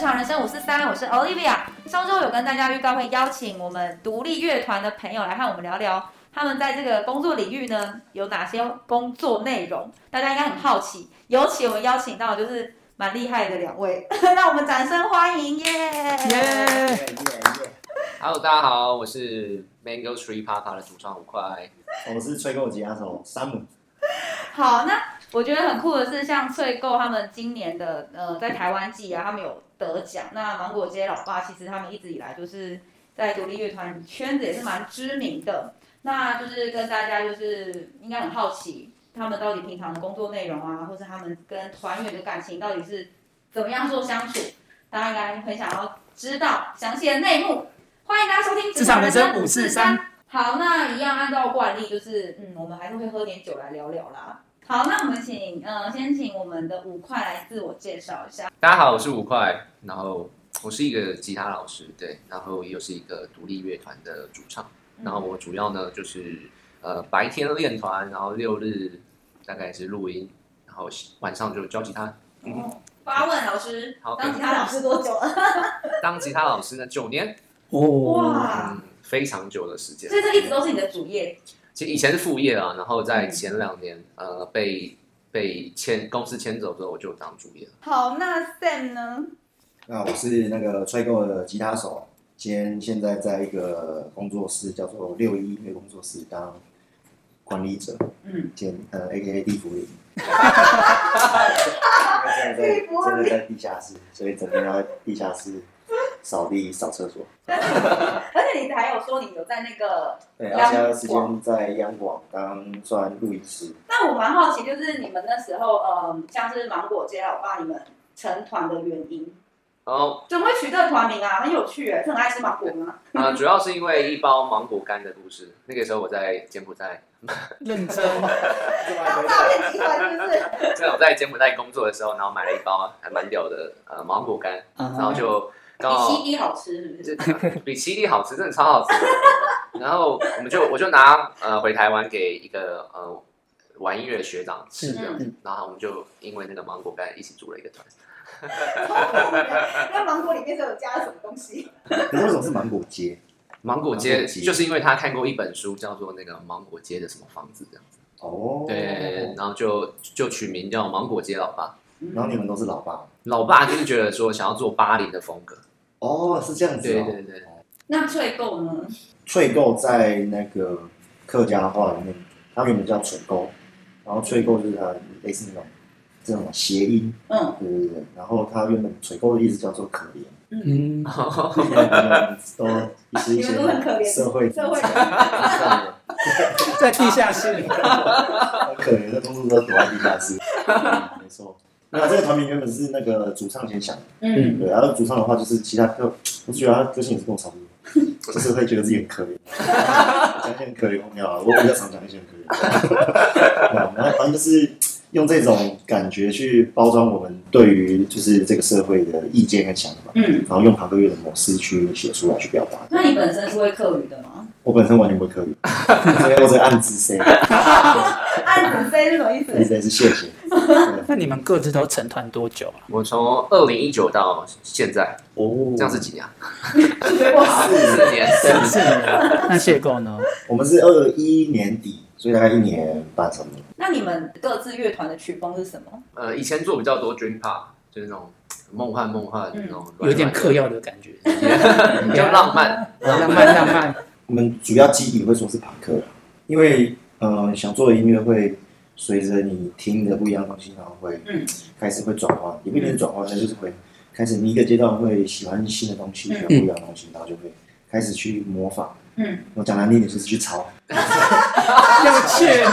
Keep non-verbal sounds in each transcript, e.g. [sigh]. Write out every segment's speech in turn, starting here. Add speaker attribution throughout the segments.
Speaker 1: 好人生》，我是三，我是 Olivia。上周有跟大家预告会邀请我们独立乐团的朋友来和我们聊聊他们在这个工作领域呢有哪些工作内容，大家应该很好奇。尤其我们邀请到的就是蛮厉害的两位， [laughs] 让我们掌声欢迎耶！
Speaker 2: 耶
Speaker 3: 耶耶
Speaker 2: Hello，大家好，我是 Mango Tree Papa 的主唱五块。
Speaker 3: [laughs] 耶！我是吹够吉他手山姆。
Speaker 1: 好，那我觉得很酷的是，像翠购他们今年的呃，在台湾季啊，他们有得奖。那芒果街老爸其实他们一直以来就是在独立乐团圈子也是蛮知名的。那就是跟大家就是应该很好奇，他们到底平常的工作内容啊，或是他们跟团员的感情到底是怎么样做相处，大家应该很想要知道详细的内幕。欢迎大家收听《
Speaker 2: 职场人生
Speaker 1: 五四
Speaker 2: 543》。
Speaker 1: 好，那一样按照惯例，就是嗯，我们还是会喝点酒来聊聊啦。好，那我们请呃，先请我们的五块来自我介绍一下。
Speaker 2: 大家好，我是五块，然后我是一个吉他老师，对，然后又是一个独立乐团的主唱。
Speaker 1: 嗯
Speaker 2: 然后我主要呢就是呃白天练团，然后六日大概是录音，然后晚上就教吉他。
Speaker 1: 哦发问老师，
Speaker 2: 好
Speaker 1: 当吉他老师多久了？
Speaker 2: 当吉他老师呢九年，
Speaker 3: 哦，
Speaker 1: 哇，
Speaker 2: 嗯，非常久的时间。
Speaker 1: 所以这一直都是嗯你的主业。
Speaker 2: 其实以前是副业啊，然后在前两年、呃被被签公司签走之后，我就当主业了。
Speaker 1: 好，那 Sam 呢？
Speaker 3: 那我是那个吹够的吉他手，先现在在一个工作室叫做六一音乐工作室当管理者，
Speaker 1: 嗯，
Speaker 3: 兼呃 A K A 地府林。现在在
Speaker 1: 地府林
Speaker 3: 真的在地下室，所以整天要在地下室扫地、扫厕所。
Speaker 1: 而且你还有说你有在那个，
Speaker 3: 对，
Speaker 1: 央
Speaker 3: 而且还有时间在央广当算录音师。
Speaker 1: 那我蛮好奇，就是你们那时候，呃，像是芒果街老爸你们成团的原因，
Speaker 2: 然后
Speaker 1: 怎么会取这个团名啊？很有趣哎，是很爱吃芒果吗？
Speaker 2: 啊、主要是因为一包芒果干的故事。那个时候我在柬埔寨，
Speaker 4: 认真，
Speaker 1: 当诈骗集团是不是？
Speaker 2: 在我在柬埔寨工作的时候，然后买了一包还蛮屌的呃芒果干，
Speaker 4: 啊
Speaker 2: 然后就刚
Speaker 1: 比
Speaker 2: 好
Speaker 1: 西堤好吃是不是？
Speaker 2: 就比奇力好吃，真的超好吃的。然后我们就我就拿呃回台湾给一个呃玩音乐的学长吃的，
Speaker 4: 嗯
Speaker 2: 然后我们就因为那个芒果干一起组了一个团。
Speaker 1: 那芒果里面是有加了什么东西？
Speaker 3: 可是为什么是芒果街？
Speaker 2: 芒果
Speaker 3: 芒
Speaker 2: 街
Speaker 3: 果街
Speaker 2: 就是因为他看过一本书，叫做那个芒果街的什么房子这样，
Speaker 3: 哦，
Speaker 2: 对，然后就就取名叫芒果街老爸。
Speaker 3: 然后你们都是老爸。
Speaker 2: 老爸就是觉得说想要做巴黎的风格，
Speaker 3: 哦，是这样子
Speaker 2: 对
Speaker 3: 哦。
Speaker 2: 对对。
Speaker 1: 那翠购呢？
Speaker 3: 翠购在那个客家话里面，它原本叫翠沟，然后翠沟就是它类似那种这种谐音，
Speaker 1: 嗯
Speaker 3: 对对对。然后它原本翠沟的意思叫做可怜，
Speaker 4: 嗯，
Speaker 3: 现在他们都是一
Speaker 1: 你们都很可
Speaker 3: 些
Speaker 1: 怜
Speaker 3: 社会底
Speaker 1: 社会
Speaker 3: 层
Speaker 1: 底
Speaker 3: 上的
Speaker 4: 在地下室，
Speaker 3: 可怜的工作都躲在地下室。嗯没错。那这个团名原本是那个主唱先想的，
Speaker 1: 嗯，
Speaker 3: 对，然后主唱的话就是其他歌，我觉得他个性也是跟我差不多，就是会觉得自己很可怜，讲一些很可怜的话啊，我比较常讲一些很可怜的话。对啊然后反正就是用这种感觉去包装我们对于就是这个社会的意见跟想法，
Speaker 1: 嗯，
Speaker 3: 然后用庞克乐的模式去写出来去表达。
Speaker 1: 那你本身是会客语的吗？
Speaker 3: 我本身完全不会客语，所以我只会暗自 say，
Speaker 1: 按子飞是什么意
Speaker 3: 暗自
Speaker 1: 思？
Speaker 3: say 是谢谢。
Speaker 4: 那你们各自都成团多久啊？
Speaker 2: 我从二零一九到现在，
Speaker 3: 哦
Speaker 2: 这样是几年啊？啊
Speaker 1: 哇，
Speaker 2: 四年，
Speaker 4: 三四年。那谢狗呢？
Speaker 3: 我们是二一年底，所以大概一年半差不多。
Speaker 1: [laughs] 那你们各自乐团的曲风是什么？
Speaker 2: 呃，以前做比较多 dream pop，就是那种梦幻梦幻那种，
Speaker 4: 有点嗑
Speaker 2: 刻意，
Speaker 4: 药的感觉，
Speaker 2: [laughs] 比较浪漫。
Speaker 4: 浪漫浪漫。
Speaker 3: 我们主要基底会说是朋克啦，因为呃想做的音乐会随着你听的不一样的东西，然后会
Speaker 1: 嗯
Speaker 3: 开始会转换，也不一定是转换，但就是会开始你一个阶段会喜欢新的东西，喜欢不一样的东西，然后就会开始去模仿。
Speaker 1: 嗯，
Speaker 3: 我讲难听点就是去抄，
Speaker 4: 要确呢，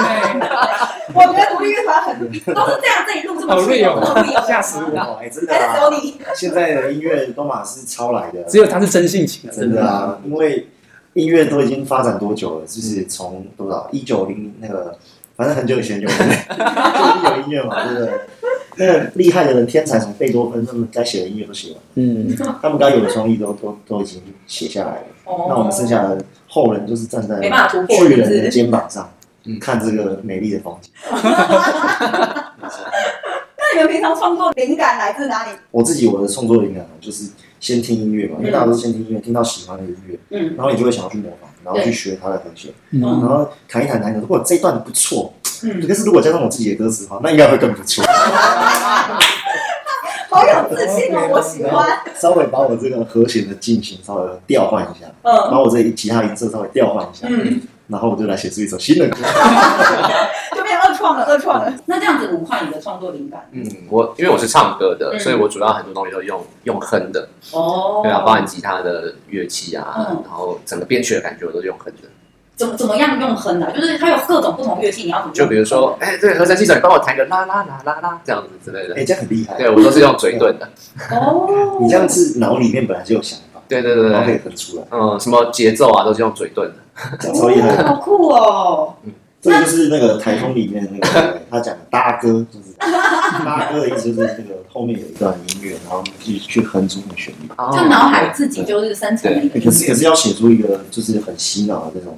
Speaker 1: 我觉得独立乐团
Speaker 4: [laughs]
Speaker 1: 很都是这样，自己录这
Speaker 4: 好
Speaker 1: 么
Speaker 4: 累哦
Speaker 1: 好累哦，
Speaker 4: 吓死我！
Speaker 3: 哇，哎、真的
Speaker 1: 还是只有
Speaker 3: 啊！
Speaker 1: 你？
Speaker 3: 现在的音乐都嘛是抄来的，
Speaker 4: 只有他是真性情啊，
Speaker 3: 真的啊，因为音乐都已经发展多久了？就是从多少一九零那个，反正很久以前就
Speaker 1: [laughs]
Speaker 3: 有就有音乐嘛，对不对？那个厉害的人、天才，从贝多芬他们该写的音乐都写完，
Speaker 4: 嗯，
Speaker 3: 他们该有的创意都都都已经写下来了。
Speaker 1: 哦
Speaker 3: 那我们剩下的后人就是站在
Speaker 1: 没办法突破是
Speaker 3: 巨人
Speaker 1: 不是
Speaker 3: 的肩膀上
Speaker 2: 嗯，
Speaker 3: 看这个美丽的风景。
Speaker 1: 那你们平常创作灵感来自哪里？
Speaker 3: 我自己我的创作灵感就是先听音乐嘛，因为大家都是先听音乐，听到喜欢的音乐，
Speaker 1: 嗯，
Speaker 3: 然后你就会想要去模仿，然后去
Speaker 1: 对
Speaker 3: 学它的和弦，
Speaker 4: 嗯
Speaker 3: 然后弹一弹弹一弹，如果这一段不错，
Speaker 1: 嗯
Speaker 3: 可是如果加上我自己的歌词的话，那应该会更不
Speaker 2: [laughs]
Speaker 3: 错。
Speaker 1: [laughs] 好有自信哦，我喜欢。
Speaker 3: 稍微把我这个和弦的进行稍微调换一下，把
Speaker 1: 嗯
Speaker 3: 我这吉他音色稍微调换一下，
Speaker 1: 嗯，
Speaker 3: 然后我就来写出一首新的歌。
Speaker 2: 嗯
Speaker 1: 就变二创了，二创了。那这样子，武汉你的创作灵感
Speaker 2: 嗯，我因为我是唱歌的，
Speaker 1: 嗯
Speaker 2: 所以我主要很多东西都用用哼的，
Speaker 1: 哦
Speaker 2: 对啊，包含吉他的乐器啊，
Speaker 1: 嗯
Speaker 2: 然后整个编曲的感觉我都用哼的。
Speaker 1: 怎么怎么样用哼的？就是它有各种不同乐器，你要怎么用？
Speaker 2: 就比如说，哎、对，合成器手，你帮我弹个啦啦啦啦啦这样子之类
Speaker 3: 哎，
Speaker 2: 的。
Speaker 3: 这样很厉害。
Speaker 2: 对，我都是用嘴遁的。
Speaker 1: 哦，
Speaker 3: 你这样子脑里面本来就有想法，
Speaker 2: 对对对
Speaker 3: 然后可以
Speaker 2: 对，
Speaker 3: 哼出来，
Speaker 2: 嗯，什么节奏啊，都是用嘴遁的。
Speaker 3: 这样超厉害
Speaker 1: 哦
Speaker 2: [laughs]
Speaker 3: 的。
Speaker 1: 好酷哦！
Speaker 3: 这就是那个台风里面那个他讲的搭歌，
Speaker 2: [laughs]
Speaker 3: 就是搭歌的意思就是那个后面有一段音乐，然后你自己去哼出那旋律。
Speaker 2: 哦
Speaker 1: 就脑海自己就是生成了一个
Speaker 3: 可是可是要写出一个就是很洗脑的这种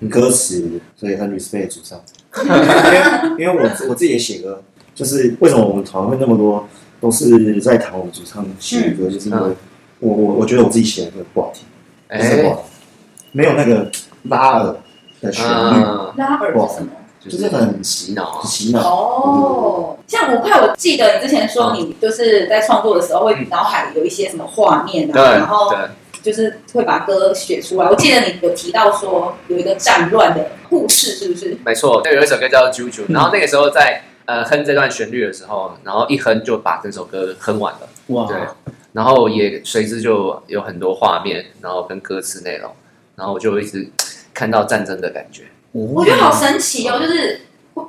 Speaker 1: 嗯
Speaker 3: 歌词，所以很 respect 主唱。 [laughs] 因为因为我我自己也写歌，就是为什么我们团会那么多都是在谈我们主唱写的歌，就是因为
Speaker 2: 嗯
Speaker 3: 我我我觉得我自己写的歌不好听，
Speaker 2: 哎、
Speaker 3: 就是不好听，没有那个拉耳的旋律，
Speaker 2: 嗯，
Speaker 1: 拉耳是什么？
Speaker 2: 就是很洗脑啊。
Speaker 3: 洗脑。
Speaker 1: 哦，像五块，我记得你之前说你就是在创作的时候会脑海里有一些什么画面
Speaker 2: 嗯对
Speaker 1: 啊，然后
Speaker 2: 对，
Speaker 1: 就是会把歌写出来。我记得你有提到说有一个战乱的故事，是不是？
Speaker 2: 没错，那有一首歌叫《JoJo》，然后那个时候在呃哼这段旋律的时候，然后一哼就把这首歌哼完了。对
Speaker 4: 哇，，哦
Speaker 2: 然后也随之就有很多画面，然后跟歌词内容，然后我就一直看到战争的感觉。
Speaker 1: 我
Speaker 4: 我
Speaker 1: 觉得好神奇哦，就是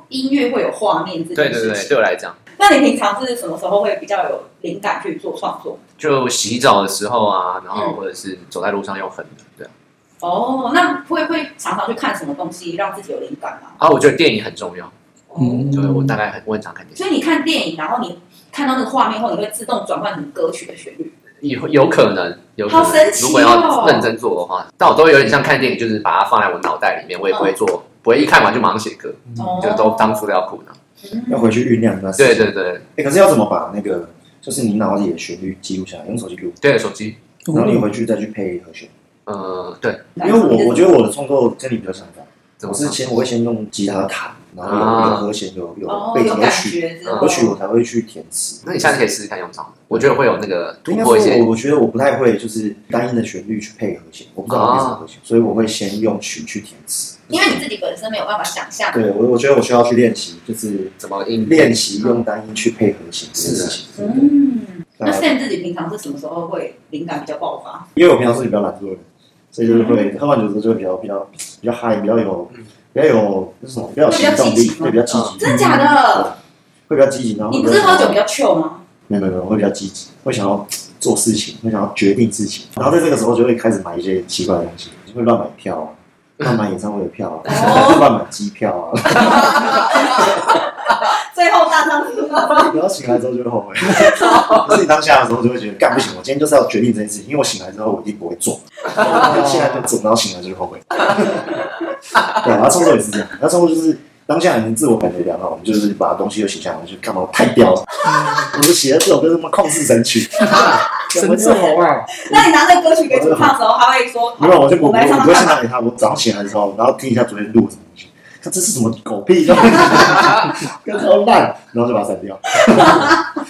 Speaker 1: 音乐会有画面这
Speaker 2: 对
Speaker 1: 件
Speaker 2: 对
Speaker 1: 事
Speaker 2: 对，
Speaker 1: 情。
Speaker 2: 对我来讲，
Speaker 1: 那你平常是什么时候会比较有灵感去做创作？
Speaker 2: 就洗澡的时候啊，然后
Speaker 1: 嗯
Speaker 2: 或者是走在路上用哼的，对啊。
Speaker 1: 哦，那会会常常去看什么东西让自己有灵感吗？
Speaker 2: 啊，我觉得电影很重要，
Speaker 1: 哦，
Speaker 4: 嗯
Speaker 2: 对我大概很我很常看电
Speaker 1: 所以你看电影，然后你看到那个画面后，你会自动转换成歌曲的旋律。
Speaker 2: 影，有有可能，有可
Speaker 1: 好神
Speaker 2: 能，
Speaker 1: 奇哦
Speaker 2: 如果要认真做的话，但我都有点像看电影，就是把它放在我脑袋里面，我也不会做，不会一看完就马上写歌，
Speaker 1: 哦，
Speaker 2: 嗯就都当辅料库呢。
Speaker 3: 要
Speaker 1: 嗯
Speaker 3: 回去酝酿一段时间。
Speaker 2: 对对对，
Speaker 3: 哎，可是要怎么把那个就是你脑里的旋律记录下来，用手机录，
Speaker 2: 对着手机，
Speaker 4: 嗯
Speaker 3: 然后
Speaker 4: 哦
Speaker 3: 你回去再去配和弦。
Speaker 2: 呃，对，
Speaker 3: 因为我我觉得我的创作跟你比较相反，
Speaker 2: 怎
Speaker 3: 我
Speaker 2: 么
Speaker 3: 是
Speaker 2: 说？
Speaker 3: 先我会先用吉他弹，然后有
Speaker 2: 啊
Speaker 3: 有和弦，有有
Speaker 1: 哦
Speaker 3: 背景
Speaker 1: 有
Speaker 3: 歌
Speaker 1: 感
Speaker 3: 曲，
Speaker 1: 觉之
Speaker 2: 嗯
Speaker 1: 后
Speaker 3: 歌，曲我才会去填词。
Speaker 2: 那你下次可以试试看用唱的，我觉得会有那个突
Speaker 3: 应该
Speaker 2: 破一些
Speaker 3: 说，我我觉得我不太会，就是单一的旋律去配和弦，我不知道配什么和
Speaker 2: 啊
Speaker 3: 弦，所以我会先用曲去填词。
Speaker 1: 因为你自己本身没有办法想象。
Speaker 3: 对我，我觉得我需要去练习，就是
Speaker 2: 怎么音
Speaker 3: 练习
Speaker 2: 嗯
Speaker 3: 用单音去配和弦这件事情。
Speaker 2: 啊
Speaker 1: 嗯，
Speaker 3: 对
Speaker 1: 那
Speaker 3: 啊
Speaker 1: Sam 自己平常是什么时候会灵感比较爆发？
Speaker 3: 因为我平常是比较懒惰的人，所以就是
Speaker 1: 嗯
Speaker 3: 会喝完酒之后就会比较比较比较嗨，比较有
Speaker 2: 嗯
Speaker 3: 比较有那什么，比较有行动力，对，比较积嗯极，
Speaker 1: 哦真假的？
Speaker 3: 会比较积极。然后
Speaker 1: 你不是喝酒比较 chill 吗？
Speaker 3: 没有没有没有，会比较积极，会想要做事情，会想要决定事情，然后在这个时候就会开始买一些奇怪的东西，就会乱买票啊，乱买演唱会的票啊，
Speaker 1: 哦
Speaker 3: 乱买机票啊，
Speaker 1: [laughs] 最后大张旗鼓，
Speaker 3: 然后醒来之后就会后悔。可是你当下的时候就会觉得，干不行，我今天就是要决定这件事情，因为我醒来之后我一定不会做，我现在就做，然后醒来就会后悔。对，然后创作也是这样，然后创作就是。当下已经自我感觉良好，我们就是把东西都写下来，就干嘛太屌了！我就写了这首歌什么旷世神曲，
Speaker 4: 神之猴啊，
Speaker 1: 那你拿着歌曲给主唱的时候，他会说：“
Speaker 3: [laughs] 没有，啊我就我
Speaker 1: 我
Speaker 3: 我
Speaker 1: 们来唱
Speaker 3: 不
Speaker 1: 唱
Speaker 3: 会
Speaker 1: 看。
Speaker 3: 先拿给他，我早上起来的时候，然后听一下昨天录的什么东西，看这是什么狗屁， [laughs] 跟超烂，然后就把它删掉。”
Speaker 1: [laughs]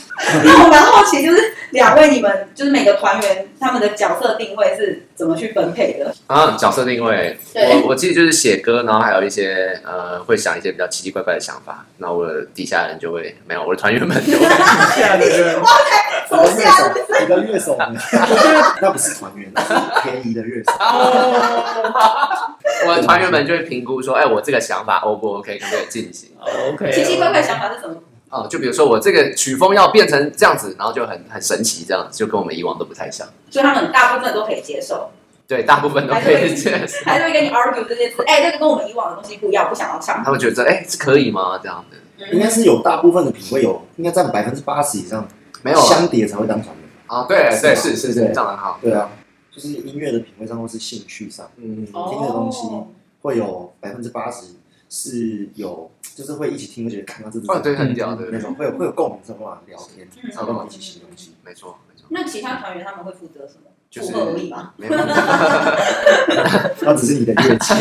Speaker 1: 那我蛮好奇，就是两位你们就是每个团员他们的角色定位是怎么去分配的？
Speaker 2: 啊，角色定位，
Speaker 1: 对
Speaker 2: 我我自己就是写歌，然后还有一些呃，会想一些比较奇奇怪怪的想法，然后我的底下人就会没有，我的团员们就会 [laughs]
Speaker 4: 吓人！
Speaker 1: 什么下都
Speaker 3: 你的乐手 [laughs] 呢？那不是团员，那是便宜的乐手。
Speaker 4: 哦
Speaker 2: 我的团员们就会评估说，哎，我这个想法 O 不 OK，可不可以进行？
Speaker 4: ，OK，
Speaker 1: [laughs] 奇奇怪怪的想法是什么？
Speaker 2: 哦，就比如说我这个曲风要变成这样子，然后就很很神奇，这样子就跟我们以往都不太像。
Speaker 1: 所以他们大部分都可以接受，
Speaker 2: 对，大部分都可以接受，
Speaker 1: 还是会跟你 argue 这件事。哎、这个跟我们以往的东西不一样，我不想要唱。
Speaker 2: 他们觉得哎，这可以吗？这样子
Speaker 3: 应该
Speaker 1: 嗯，
Speaker 3: 是有大部分的品味有，应该占百分之八十以上，
Speaker 2: 没有啊
Speaker 3: 相叠才会当团员。
Speaker 2: 啊？对
Speaker 3: 是
Speaker 2: 对
Speaker 3: 吗
Speaker 2: 是是是，
Speaker 3: 对
Speaker 2: 这样很好。
Speaker 3: 对啊，就是音乐的品味上或是兴趣上，
Speaker 1: 哦
Speaker 2: 嗯，
Speaker 3: 听的东西会有百分之八十是有就是会一起听，会觉得看到这
Speaker 2: 哦，对，很
Speaker 4: 嗯
Speaker 2: 屌的
Speaker 3: 那种会有会有共鸣，才有办法聊天，
Speaker 1: 嗯
Speaker 3: 才有办法一起写东西。
Speaker 2: 没错没错，
Speaker 1: 那其他团员他们会负责什么？
Speaker 2: 就
Speaker 1: 负
Speaker 2: 是
Speaker 1: 荷而已 [laughs]
Speaker 2: [laughs]
Speaker 1: 嘛。
Speaker 2: 没有，
Speaker 3: 那只是你的乐器，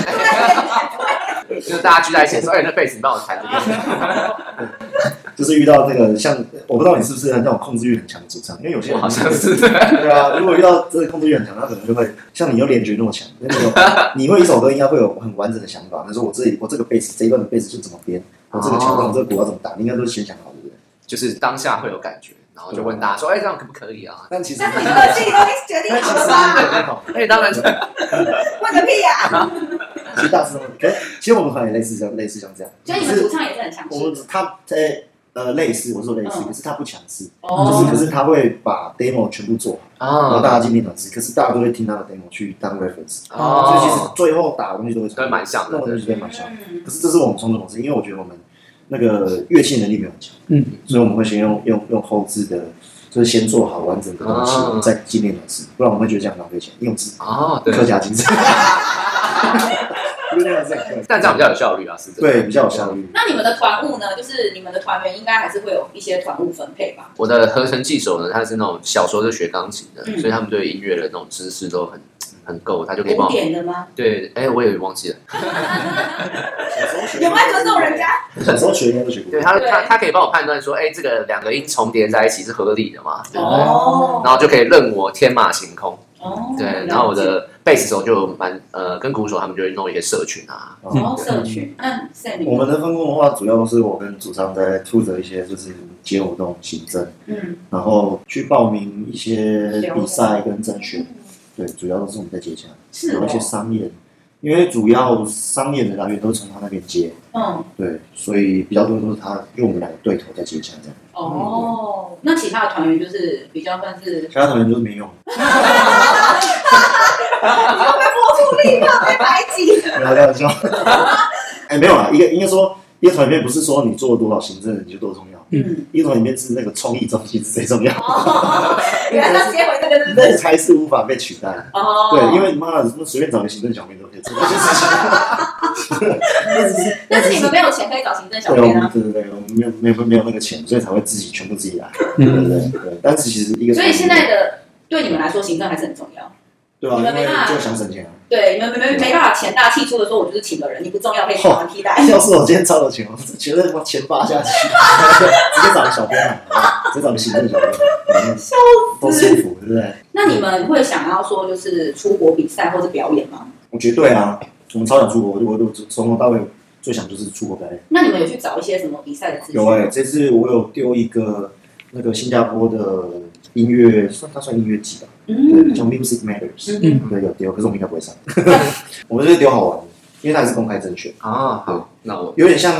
Speaker 2: 就是大家聚在一起说，哎，那贝斯你帮我弹这
Speaker 1: 啊
Speaker 2: 个，
Speaker 3: 就是遇到那个像我不知道你是不是那种控制欲很强的主唱，因为有些
Speaker 2: 我
Speaker 3: 人
Speaker 2: 好像是，
Speaker 3: 对啊，如果遇到真的控制欲很强，他可能就会像你又联觉那么强，那种你会一首歌应该会有很完整的想法，那说我这里我这个贝斯这一段的贝斯是怎么编，我这个桥段我这个鼓要怎么打，你应该都是先想好，对不对？
Speaker 2: [laughs] 就是当下会有感觉，然后就问大家说，哎，这样可不可以啊？
Speaker 3: 但其实
Speaker 1: 但你们的心里都已经决定
Speaker 3: 但
Speaker 1: 好
Speaker 3: 其
Speaker 1: 了
Speaker 3: 实
Speaker 1: 吧？
Speaker 2: 哎，当然是，
Speaker 1: 问个屁啊呀！
Speaker 3: 其实大
Speaker 1: [laughs]
Speaker 3: 致上，可是其实我们团也类似这样，类似像这样，
Speaker 1: 所以你们主唱也是很强
Speaker 3: 我
Speaker 1: 势
Speaker 3: 们他呃呃类似，我说类似，
Speaker 1: 嗯
Speaker 3: 可是他不强势，就是可
Speaker 1: 哦。
Speaker 3: 是他会把 demo 全部做好，然后
Speaker 2: 啊，
Speaker 3: 大家进行短视，可是大家都会听他的 demo 去当 reference，所以其实
Speaker 2: 哦，
Speaker 3: 最后打的东西都会
Speaker 2: 都蛮像的
Speaker 3: 弄的东西都蛮像的。
Speaker 1: 嗯
Speaker 3: 可是这是我们创作模式，因为我觉得我们那个乐器能力没有很强，
Speaker 4: 嗯，
Speaker 3: 所以我们会先用用用后置的，就是先做好完整的东西，
Speaker 2: 啊
Speaker 3: 我们再进练老师，不然我们会觉得这样浪费钱，因为我们是
Speaker 2: 哦，对，
Speaker 3: 客家精神，因为那样子很
Speaker 2: [laughs] 但这样比较有效率啊，是真的
Speaker 3: 对比较有效。率。
Speaker 1: 那你们的团务呢？就是你们的团员应该还是会有一些团务分配吧？
Speaker 2: 我的合成技手呢，他是那种小时候就学钢琴的，
Speaker 1: 嗯
Speaker 2: 所以他们对音乐的那种知识都很很够，他就可以帮
Speaker 1: 古
Speaker 2: 我。
Speaker 1: 典的吗？
Speaker 2: 对，哎、我也忘记了。
Speaker 1: 有没有尊重人？家？
Speaker 3: 小时候学应该都学过
Speaker 2: 对，他，
Speaker 1: 对
Speaker 2: 他他可以帮我判断说，哎、这个两个音重叠在一起是合理的嘛？对不对？
Speaker 1: 哦
Speaker 2: 然后就可以任我天马行空。
Speaker 1: 哦
Speaker 2: 对，然后我的贝斯手就蛮呃，跟鼓手他们就会弄一些社群啊，
Speaker 1: 哦社群，那 Sam 你
Speaker 3: 我
Speaker 1: 们
Speaker 3: 们的分工的话，主要都是我跟主唱在负责一些就是街舞动、行政，
Speaker 1: 嗯
Speaker 3: 然后去报名一些比赛跟甄选，对，主要都是我们在接洽。
Speaker 1: 是
Speaker 3: 然
Speaker 1: 哦
Speaker 3: 后一些商业，因为主要商业的来源都是从他那边接，
Speaker 1: 嗯
Speaker 3: 对，所以比较多都是他用我们两个对头在接洽这样。
Speaker 1: 哦，那其他的团员就是比较算
Speaker 3: [laughs]
Speaker 1: 是
Speaker 3: 其他团员都是没用，
Speaker 1: 你又被播出立刻被排挤。
Speaker 3: 没有开玩笑。 [laughs] 哎，没有啦，一个应该说一个团里面不是说你做了多少行政你就多重要，
Speaker 1: 嗯，
Speaker 3: 一个团里面是那个创意中心是最重要，
Speaker 1: 哦，原来他接回这个是
Speaker 3: 那才是无法被取代的。
Speaker 1: 哦，
Speaker 3: 对，因为妈的，随便找个行政小妹都可以做这件事情。那只是，
Speaker 1: 但是你们没有钱可以找行政小
Speaker 3: 对，我
Speaker 1: 编
Speaker 3: 们
Speaker 1: 啊，
Speaker 3: 对对对，我们没有没有没有那个钱，所以才会自己全部自己来。对
Speaker 4: 嗯，
Speaker 3: 对对，但是其实一个，
Speaker 1: 所以现在的对你们来说，行政还是很重要。
Speaker 3: 对啊，
Speaker 1: 你们
Speaker 3: 因
Speaker 1: 没
Speaker 3: 为
Speaker 1: 办法
Speaker 3: 就想省钱啊。
Speaker 1: 对，你们没没没办法钱大气粗的说，我就是请个人，你不重要可以
Speaker 3: 哦
Speaker 1: 找人替代。
Speaker 3: 要是我今天超有钱，我 [laughs] 绝对把钱扒下去，直接找个小编来，好不好直接找个行政小编，
Speaker 1: [laughs]
Speaker 3: 嗯
Speaker 1: 笑
Speaker 3: 多舒服，对不对？
Speaker 1: 那你们会想要说就是出国比赛或者表演吗？
Speaker 3: 我绝对啊，我们超想出国，我我我从头到尾最想就是出国表演。
Speaker 1: 那你们有去找一些什么比赛的资讯？
Speaker 3: 有哎、这次我有丢一个那个新加坡的音乐，算它算音乐季吧，对，
Speaker 1: 嗯
Speaker 3: 叫 Music Matters，
Speaker 1: 嗯
Speaker 4: 嗯
Speaker 3: 对，有丢，可是我们应该不会上， [laughs] 我们就是丢好玩的，因为它也是公开甄选，
Speaker 2: 啊，好，那我
Speaker 3: 有点像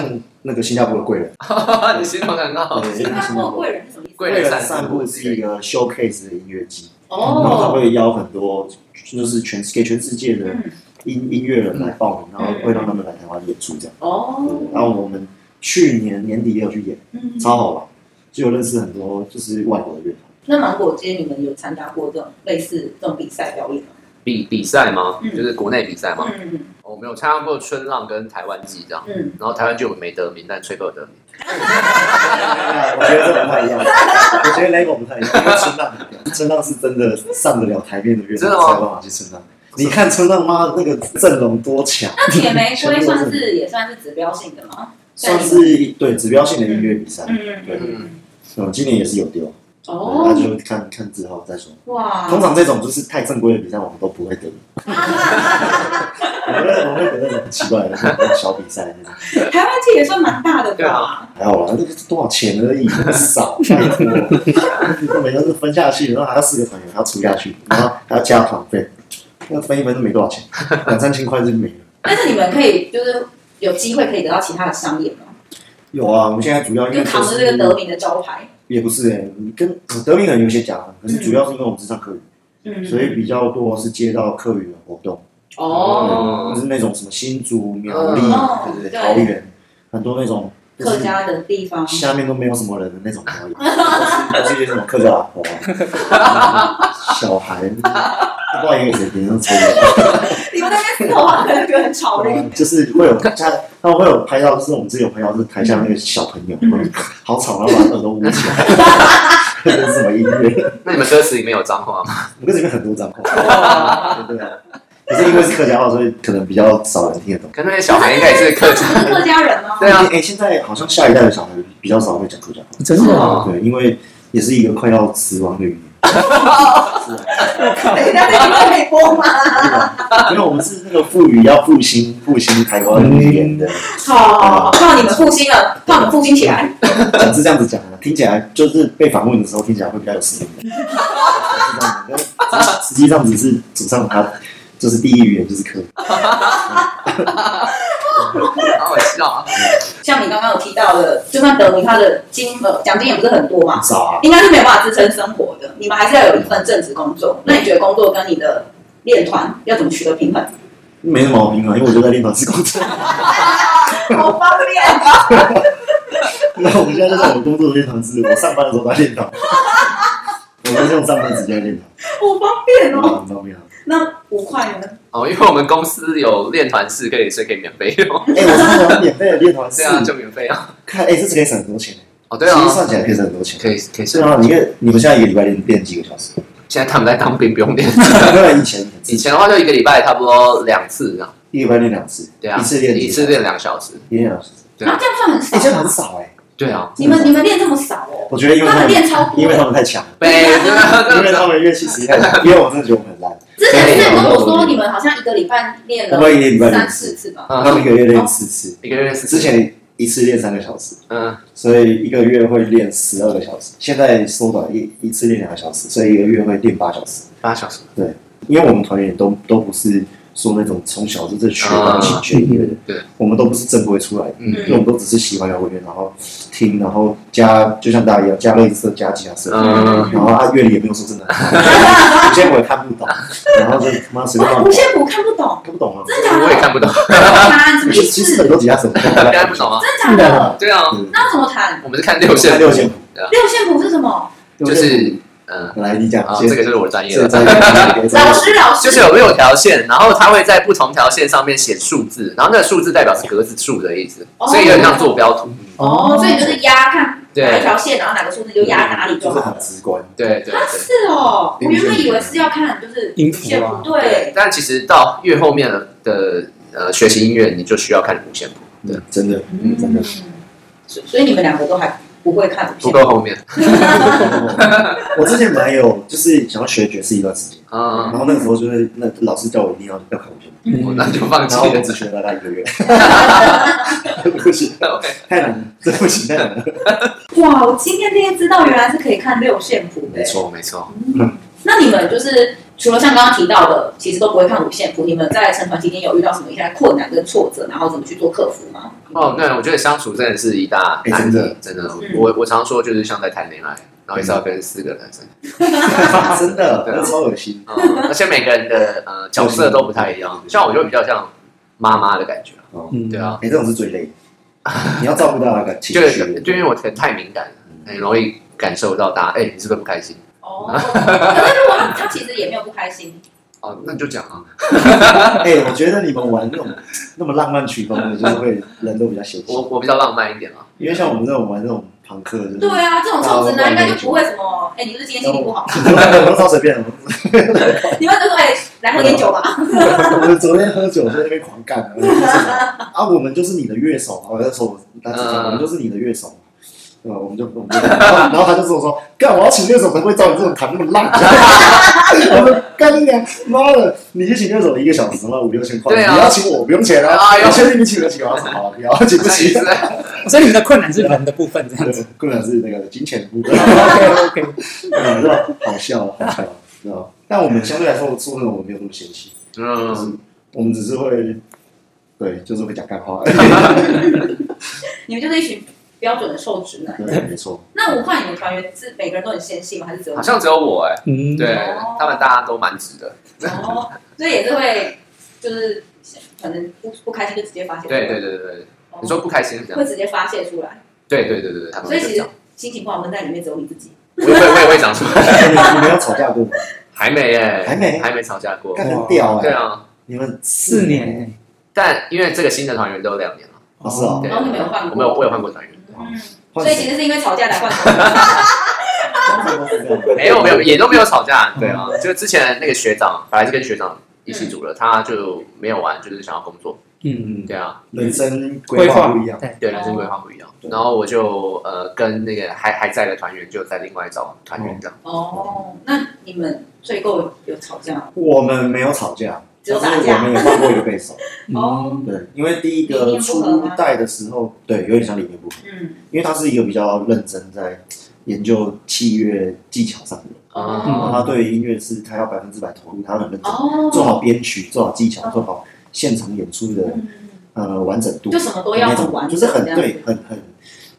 Speaker 3: 那个新加坡的贵人，
Speaker 2: [laughs] 你形容得很好，哦
Speaker 3: 对，有
Speaker 1: 新
Speaker 3: 点像
Speaker 1: 加
Speaker 3: 新加
Speaker 1: 坡
Speaker 3: 坡。
Speaker 1: 贵人是什么意思？
Speaker 2: 贵
Speaker 3: 贵
Speaker 2: 人
Speaker 3: 人
Speaker 2: 散
Speaker 3: 散
Speaker 2: 步
Speaker 3: 步是一个 showcase 的音乐季，嗯然后他
Speaker 1: 哦，
Speaker 3: 会邀很多就是全给全世界的
Speaker 1: 嗯，
Speaker 3: 音音乐人来报名，然
Speaker 2: 嗯
Speaker 3: 后会让他们来台湾演出这样。然
Speaker 1: 哦，
Speaker 3: 后我们去年年底也有去演，
Speaker 1: 嗯
Speaker 3: 超好玩，就有认识很多就是外国的乐团。
Speaker 1: 那芒果街你们有参加过这种类似这种比赛表演吗？
Speaker 2: 比比赛吗？
Speaker 1: 嗯
Speaker 2: 就是国内比赛吗？哦
Speaker 1: 嗯
Speaker 2: 我没有参加过春浪跟台湾季这样，
Speaker 1: 嗯，
Speaker 2: 然后台湾季我们没得名，但崔哥有得名。
Speaker 3: 我觉得这不太一样，我觉得 level 不太一样，因为春浪不一样春浪是真的上得了台面的乐
Speaker 2: 真
Speaker 3: 团才
Speaker 2: 的吗
Speaker 3: 有办法去春浪。你看春浪妈的那个阵容多强，
Speaker 1: 那铁玫瑰算是也算是指标性的吗？
Speaker 3: 算是对指标性的音乐比赛。
Speaker 1: 嗯
Speaker 3: 对
Speaker 1: 嗯，
Speaker 3: 嗯，今年也是有丢。那
Speaker 1: 哦，
Speaker 3: 就看看之后再说。
Speaker 1: 哇，
Speaker 3: 通常这种就是太正规的比赛，我们都不
Speaker 1: [laughs]
Speaker 3: 会得。我会我会得那种很奇怪的那种小比赛那种，
Speaker 1: 台湾其实也算蛮大的
Speaker 2: 对
Speaker 1: 吧？
Speaker 3: 还好啦，那个是多少钱
Speaker 1: [laughs]
Speaker 3: 而已，很少，拜托。每个都分下去，然后还要四个团员，还要除下去，然后还要加团费，那分一分都没多少
Speaker 1: [laughs]
Speaker 3: 钱，两三千块就没了。
Speaker 1: 但是你们可以就是有机会可以得到其他的商业吗？
Speaker 3: 有啊，我们现在主要因
Speaker 1: 就
Speaker 3: 为
Speaker 1: 扛着这个德名的招牌，
Speaker 3: 也不是哎、你跟德明人有些讲，可是主要是因为我们是上课语，
Speaker 1: 嗯，
Speaker 3: 所以比较多是接到课语的活动。
Speaker 1: 哦，
Speaker 3: 就
Speaker 2: 嗯
Speaker 3: 是那种什么新竹、苗栗，
Speaker 1: 哦对
Speaker 3: 对对对，桃园，很多那种嗯就
Speaker 1: 客
Speaker 3: 是
Speaker 1: 家的地方，
Speaker 3: 下面都没有什么人的那种表演，都是一些什么客家老婆啊、小孩，不管一个谁别人抽的，
Speaker 1: 你们那边死话可能觉得很吵的。
Speaker 3: 就是会有他他们会有拍到，就是我们之前有拍到，就是台下那个小朋友，
Speaker 1: 嗯
Speaker 3: 好吵，然后把耳朵捂起 [laughs] 来，这是什么音乐？
Speaker 2: 那你们歌词里面有脏话吗？
Speaker 3: 我们这边很多脏话，对啊，可是因为是客家话，所以可能比较少人听得懂。
Speaker 2: 可那些小孩应该也是客
Speaker 1: 他
Speaker 2: 家
Speaker 1: 们是客家人吗？
Speaker 2: 对啊
Speaker 3: 哎，现在好像下一代的小孩比较少会讲客家话。
Speaker 4: 真的啊，
Speaker 3: 对，因为也是一个快要死亡的语言。是啊
Speaker 1: 等一下，这个可以播吗？
Speaker 3: 啊，因为我们是那个赋予要复兴复兴台湾语言的，
Speaker 1: 好，靠你们复兴了，靠你们复兴起来。
Speaker 3: 讲是这样子讲的，听起来就是被访问的时候听起来会比较有实力。但是实际上只是祖上他就是第一语言就是客，
Speaker 2: 人，好好笑啊！
Speaker 1: 像你刚刚有提到的，就算德明他的金额奖金也不是很多嘛，
Speaker 3: 少啊。
Speaker 1: 应该是没有办法支撑生活的。你们还是要有一份正职工
Speaker 3: 嗯
Speaker 1: 作。那你觉得工作跟你的练团要怎么取得平衡？
Speaker 3: 没什么毛病啊，因为我就在练团式工作，
Speaker 1: 好方便。
Speaker 3: 啊那我们现在就是我工作的练团式，我上班的时候在练团，我们是用上班时间练团，
Speaker 1: [laughs] 好方便哦！
Speaker 3: 很方便啊。
Speaker 1: 那五块呢？
Speaker 2: 哦，因为我们公司有练团式，可以所以可以免费用，
Speaker 3: 哎，我是想免费的练团
Speaker 2: 这
Speaker 3: 式，
Speaker 2: 样就免费啊。
Speaker 3: 看哎，这是可以省很多钱的。
Speaker 2: 哦，对啊
Speaker 3: 其，实算起来可以省很多钱。
Speaker 2: 可以可以
Speaker 3: 是
Speaker 2: 是，
Speaker 3: 啊，你看你们现在一个礼拜练练几个小时？
Speaker 2: 现在他们在当兵，不用练。
Speaker 3: 没有以前
Speaker 2: 以前的话就一个礼拜差不多两次这样，
Speaker 3: 一个礼拜练两次，
Speaker 2: 对啊，
Speaker 3: 一次练
Speaker 2: 一次练两小时，
Speaker 3: 一练两小时，
Speaker 2: 对啊
Speaker 1: 啊，这样算很
Speaker 3: 哎，这
Speaker 1: 少。
Speaker 3: 样很少哎。
Speaker 2: 对啊，
Speaker 1: 你们你们练这么少哦？
Speaker 3: 我觉得因为
Speaker 1: 他们
Speaker 3: 们
Speaker 1: 练超多
Speaker 3: 因为他们太强，
Speaker 2: [laughs] 对，
Speaker 3: 因为他们乐器实在太强，因为我真的觉得我们很烂，
Speaker 1: 之前是跟我说你们好像一个礼拜练
Speaker 3: 我们一个礼拜
Speaker 1: 了
Speaker 3: 练
Speaker 1: 三
Speaker 3: 四
Speaker 1: 四次吧？
Speaker 3: 他们一
Speaker 2: [laughs] 嗯
Speaker 3: 个月练四次，
Speaker 2: [laughs] 一个月是
Speaker 3: 之前一次练三个小时，
Speaker 2: 嗯，
Speaker 3: 所以一个月会练十二个小时，现在缩短一一次练两个小时，所以一个月会练八小时。
Speaker 2: 八小时，
Speaker 3: 因为我们团员都都不是说那种从小就是学
Speaker 2: 啊
Speaker 3: 钢琴、学音乐的，
Speaker 2: 对，
Speaker 3: 我们都不是正规出来的，
Speaker 2: 嗯
Speaker 3: 因为我们都只是喜欢摇滚乐，然后听，然后加就像大家一样加类似加吉他社，
Speaker 2: 嗯
Speaker 3: 然后他乐理也没有说真
Speaker 1: [laughs]
Speaker 3: 的很好，有些我也看不懂，然后就他妈随便
Speaker 1: 哇，
Speaker 3: 乱
Speaker 1: 无线谱看不懂，
Speaker 3: 看不懂啊，
Speaker 1: 真假的？
Speaker 2: 我也 [laughs] 看不懂，
Speaker 1: 弹什么
Speaker 3: 其
Speaker 1: 意
Speaker 3: 实其实
Speaker 1: 思？
Speaker 3: 很多吉他
Speaker 2: [laughs]
Speaker 3: 手
Speaker 2: 大家不懂啊，
Speaker 1: 真假的？
Speaker 2: 对啊，
Speaker 1: 那要怎么弹？
Speaker 2: 我们是看六
Speaker 3: 现在
Speaker 2: 线，
Speaker 3: 六线谱，
Speaker 1: 六线谱是什么？
Speaker 2: 就是嗯
Speaker 3: 来你讲
Speaker 2: 啊，
Speaker 3: 先
Speaker 2: 这个就是我专业
Speaker 3: 这
Speaker 2: 的
Speaker 3: 个。再来
Speaker 1: 老师老
Speaker 2: [laughs]
Speaker 1: 师，哦
Speaker 2: 就是有六条线，然后它会在不同条线上面写数字，然后那个数字代表是格子数的意思，所以有点像坐标图。
Speaker 3: 嗯
Speaker 1: 哦，所以你就是压
Speaker 2: 哦
Speaker 1: 看哪一
Speaker 2: 对
Speaker 1: 条线，然后哪个数字就压哪里就
Speaker 3: 就是
Speaker 1: 好
Speaker 3: 很
Speaker 1: 了。
Speaker 3: 直观，
Speaker 2: 对对
Speaker 1: 啊，
Speaker 2: 对。
Speaker 1: 是哦，我原本以为是要看就是
Speaker 4: 音
Speaker 1: 五
Speaker 4: 符啊
Speaker 1: 线谱，
Speaker 2: 对
Speaker 1: 对，，
Speaker 2: 但其实到越后面的呃学习音乐，你就需要看五线谱，对，
Speaker 3: 嗯，真的，嗯，真
Speaker 2: [laughs]
Speaker 1: 嗯
Speaker 3: 的。，
Speaker 1: 所所以你们两个都还不会看五
Speaker 2: 不
Speaker 1: 线
Speaker 2: 够
Speaker 1: 谱，
Speaker 2: 后面。
Speaker 3: 我之前本来有就是想要学爵士一段时间。
Speaker 2: 嗯，
Speaker 3: 然后那个时候就是那老师叫我一定要要考学，
Speaker 2: 我
Speaker 4: 嗯
Speaker 2: 哦那就放
Speaker 3: 然
Speaker 2: 弃
Speaker 3: 后我
Speaker 2: 了。
Speaker 3: 只学了大概一个月， [laughs] 不行，太难了，真的不行，太难了。
Speaker 1: 哇，我今天第一次知道原来是可以看六线谱的嗯
Speaker 2: [laughs] 没。错没错，
Speaker 1: 那你们就是除了像刚刚提到的，其实都不会看五线谱，你们在成团期间有遇到什么一些困难跟挫折，然后怎么去做克服吗？
Speaker 2: 哦，对，我觉得相处真的是一大
Speaker 3: 哎真
Speaker 2: 难题
Speaker 3: 的，
Speaker 2: 真的
Speaker 1: 嗯，
Speaker 2: 我我常说就是像在谈恋爱，然后一次要跟四个男生，
Speaker 3: 真的，那超恶心。
Speaker 2: 嗯而且每个人的呃角色都不太一
Speaker 3: 嗯
Speaker 2: 样，像我就比较像妈妈的感觉，
Speaker 3: 哦，
Speaker 4: 嗯
Speaker 2: 对，啊，
Speaker 3: 哎，这种是最累的，你要照顾到那个情
Speaker 2: 就
Speaker 3: 绪。嗯
Speaker 2: 就因为我可能太敏感了，很容易感受到大家，哎，你是不是不开心？
Speaker 1: 哦， [laughs] 可是如果他他其实也没有不开心，
Speaker 2: 哦，那就讲啊，
Speaker 3: 哎，我觉得你们玩那种那么浪漫曲风的，就是会人都比较闲。
Speaker 2: 我我比较浪漫一点 [laughs] 啊，
Speaker 3: 因为像我们这种玩那种朋克，就是
Speaker 1: 对啊，这种臭直男应该就不会什么，哎，你是不是今天心情不好，
Speaker 3: [laughs]
Speaker 1: [laughs]
Speaker 3: 我都超随便的。
Speaker 1: 你们就说哎，来喝点酒吧，
Speaker 3: [laughs] 我们昨天喝酒在那边狂干了，啊，我们就是你的乐手，啊我那时候我当时讲，我们就是你的乐手，对吧？我们就我们就，然后他就跟我说，干，我要请乐手才会照你这种弹那么烂。 [laughs] 我说干你娘，妈的，你去请乐手一个小时，妈五六千块，
Speaker 2: 对啊
Speaker 3: 你要请我不用钱啊
Speaker 2: 哎，呦
Speaker 3: 我确定你请得起吗？我说好，你要 [laughs] 请不
Speaker 2: 那也
Speaker 3: 起
Speaker 2: 是。在
Speaker 4: 所以你们的困难是人的部分，这样子。
Speaker 3: 困难是那个金钱的
Speaker 2: [laughs]
Speaker 3: 部分， [laughs]
Speaker 4: OK OK，
Speaker 3: 对吧？好笑，好笑，知道吧？但我们相对来说做那种我们没有那么嫌弃。
Speaker 2: [laughs] 嗯。
Speaker 3: 我们只是会，对，就是会讲
Speaker 1: [laughs]
Speaker 3: 干话。
Speaker 1: 你们就是一群标准的臭直男。
Speaker 3: 对，没错。
Speaker 1: 那五块你们团员是每个人都很纤细吗？还是只有
Speaker 2: 好像只有我哎、
Speaker 4: 嗯，
Speaker 2: 对、
Speaker 1: 哦
Speaker 2: 他们大家都蛮直的，
Speaker 1: 你？哦，所以也是会就是可能不不开心就直接发泄出来，
Speaker 2: 对对对对对，
Speaker 1: 哦
Speaker 2: 你说不开心是这样，
Speaker 1: 会直接发泄出来，
Speaker 2: 对对对对对，他们
Speaker 1: 所
Speaker 2: 会
Speaker 1: 以其
Speaker 2: 这
Speaker 1: 实
Speaker 2: 样，
Speaker 1: 心情不好闷在里面只有你自己。
Speaker 2: 我也会我也会讲出来， [laughs]
Speaker 3: 你们有吵架过吗？
Speaker 2: 还没哎，
Speaker 3: 还没
Speaker 2: 还没吵架过。
Speaker 3: 干很屌
Speaker 2: 对
Speaker 3: 哎，
Speaker 2: 啊，
Speaker 3: 你们
Speaker 4: 四年，欸，
Speaker 2: 但因为这个新的团员都有两年了，
Speaker 3: 哦是哦
Speaker 2: 对，
Speaker 1: 然后你们有换
Speaker 2: 我
Speaker 1: 过？
Speaker 2: 没有我有换过团员，
Speaker 1: 嗯，
Speaker 3: 换
Speaker 1: 所以其实是因为吵架才换过。
Speaker 3: 什么是这样的
Speaker 2: 没有没有也都没有吵架，对啊，就之前那个学长本来是跟学长一起组了，他就没有玩，就是想要工作，
Speaker 4: 嗯，
Speaker 2: 对啊，
Speaker 3: 人生规
Speaker 4: 划
Speaker 3: 划不一
Speaker 1: [laughs]
Speaker 3: 样，
Speaker 4: 对，
Speaker 2: 对
Speaker 1: 哦
Speaker 2: 人生规划不一样，
Speaker 3: 对
Speaker 2: 然后我就呃跟那个还还在的团员就在另外找团员这样，
Speaker 1: 哦，那你们最后有吵架吗？
Speaker 3: 我们没有吵架，
Speaker 1: 只有打
Speaker 3: 但是
Speaker 1: 架
Speaker 3: 我们有换过一个
Speaker 1: [laughs]
Speaker 3: 对手。
Speaker 1: 哦
Speaker 4: 嗯，
Speaker 3: 对，因为第
Speaker 1: 理
Speaker 3: 一个
Speaker 1: 念不合
Speaker 3: 初
Speaker 1: 吗
Speaker 3: 代的时候，对，有点像理念不合，
Speaker 1: 嗯，
Speaker 3: 因为他是一个比较认真在研究器乐技巧上的人，然
Speaker 1: 哦
Speaker 3: 后他对于音乐是他要百分之百投入，他很认真，嗯做
Speaker 1: 哦，
Speaker 3: 好编曲，做好技巧，
Speaker 1: 嗯
Speaker 3: 做好现场演出的
Speaker 1: 嗯，
Speaker 3: 呃完整度，
Speaker 1: 就什么都要很完整，
Speaker 3: 就是很
Speaker 1: 这样子
Speaker 3: 对，很很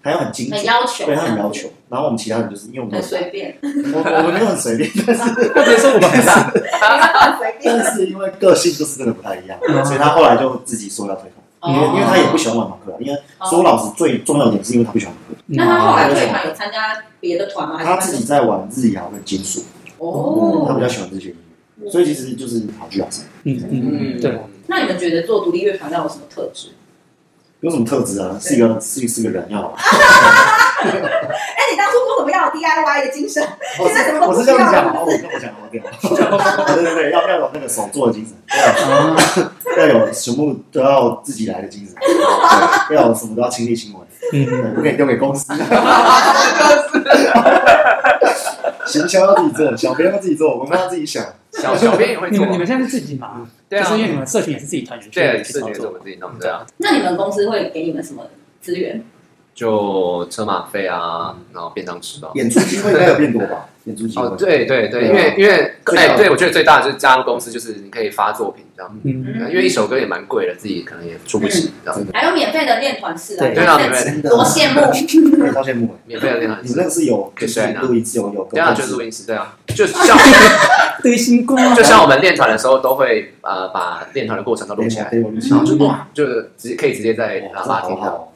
Speaker 3: 还要很精
Speaker 1: 很
Speaker 3: 准，
Speaker 1: 要求，
Speaker 3: 对他很要，求。然后我们其他人就是因为我们
Speaker 1: 很随便， [laughs]
Speaker 3: 我我们没有很随便，但是
Speaker 4: 或者说我们很
Speaker 2: [laughs]
Speaker 4: 傻，
Speaker 1: 很随便。
Speaker 3: 但是因为个性就是真的不太一样，
Speaker 4: 嗯
Speaker 3: 所以他后来就自己说要退团。因
Speaker 1: 哦
Speaker 3: 为因为他也不喜欢玩马克，啊因为说老实最重要的点是因为他不喜
Speaker 1: 哦
Speaker 3: 欢马克，
Speaker 1: 那他后
Speaker 4: 嗯
Speaker 1: 来退团有参加别的团吗？还是
Speaker 3: 嗯他自己在玩日摇跟金属，
Speaker 1: 哦，
Speaker 3: 他比较喜欢这些音乐，所以其实就是好聚好散。
Speaker 4: 嗯嗯，对，
Speaker 1: 那你们觉得做独立乐团要有什么特质？
Speaker 3: 有什么特质啊？是一个是是个人要
Speaker 1: 啊
Speaker 3: 玩，
Speaker 1: 哎，你当初说什么要有 DIY 的精神？
Speaker 3: 我哦
Speaker 1: [laughs]
Speaker 3: 是我是这样讲，哦，我跟我讲我掉， [laughs] 对对对，要要有那个手做的精神，
Speaker 4: 啊，
Speaker 3: 要有全部都要自己来的精神，对要有什么都要亲力亲为，
Speaker 4: 嗯，
Speaker 3: 对不可以丢给公司。行销要自己做，小编要自己做，我们要自己想。
Speaker 2: 小小编也会
Speaker 4: 你
Speaker 2: 做
Speaker 4: 们你，们现在是自己嘛？
Speaker 2: 对啊
Speaker 4: 就是因为你们社群也是自己团员，
Speaker 2: 对，
Speaker 4: 自己
Speaker 2: 是
Speaker 4: 操
Speaker 2: 也是我
Speaker 4: 作，
Speaker 2: 们自己弄，对啊，
Speaker 1: 那你们公司会给你们什么资源？
Speaker 2: 就车马费啊，然后便当吃吧。
Speaker 3: 演出机会应该有变多吧？演出机会
Speaker 2: 哦，对对对，
Speaker 3: 对啊
Speaker 2: 因为因为
Speaker 3: 最大
Speaker 2: 哎，
Speaker 3: 的
Speaker 2: 对我觉得最大的就是加入公司，就是你可以发作品这样，
Speaker 4: 嗯，
Speaker 2: 因为一首歌也蛮贵的，自己可能也出不起，这样。
Speaker 1: 还有免费的练团室啊，
Speaker 4: 对
Speaker 2: 对啊，免费
Speaker 3: 真的嗯
Speaker 1: 多羡慕！
Speaker 3: 慕，超羡慕
Speaker 2: 免费的练
Speaker 3: 哎！
Speaker 2: 团
Speaker 3: 你那
Speaker 2: 室，
Speaker 3: 个是有
Speaker 2: 可
Speaker 3: 就
Speaker 2: 以睡
Speaker 3: 是
Speaker 2: 啊
Speaker 3: 录一次有有
Speaker 2: 对啊，
Speaker 3: 跟
Speaker 2: 就是
Speaker 3: 公司
Speaker 2: 录音室这样，就像 [laughs]
Speaker 4: 堆星光，
Speaker 2: 就像我们练团的时候，都会呃把练团的过程都录
Speaker 3: 对
Speaker 2: 起来，
Speaker 3: 对，我录起
Speaker 2: 然
Speaker 3: 来
Speaker 2: 后就哇，就是直接可以直接在喇叭听到。
Speaker 3: 好好。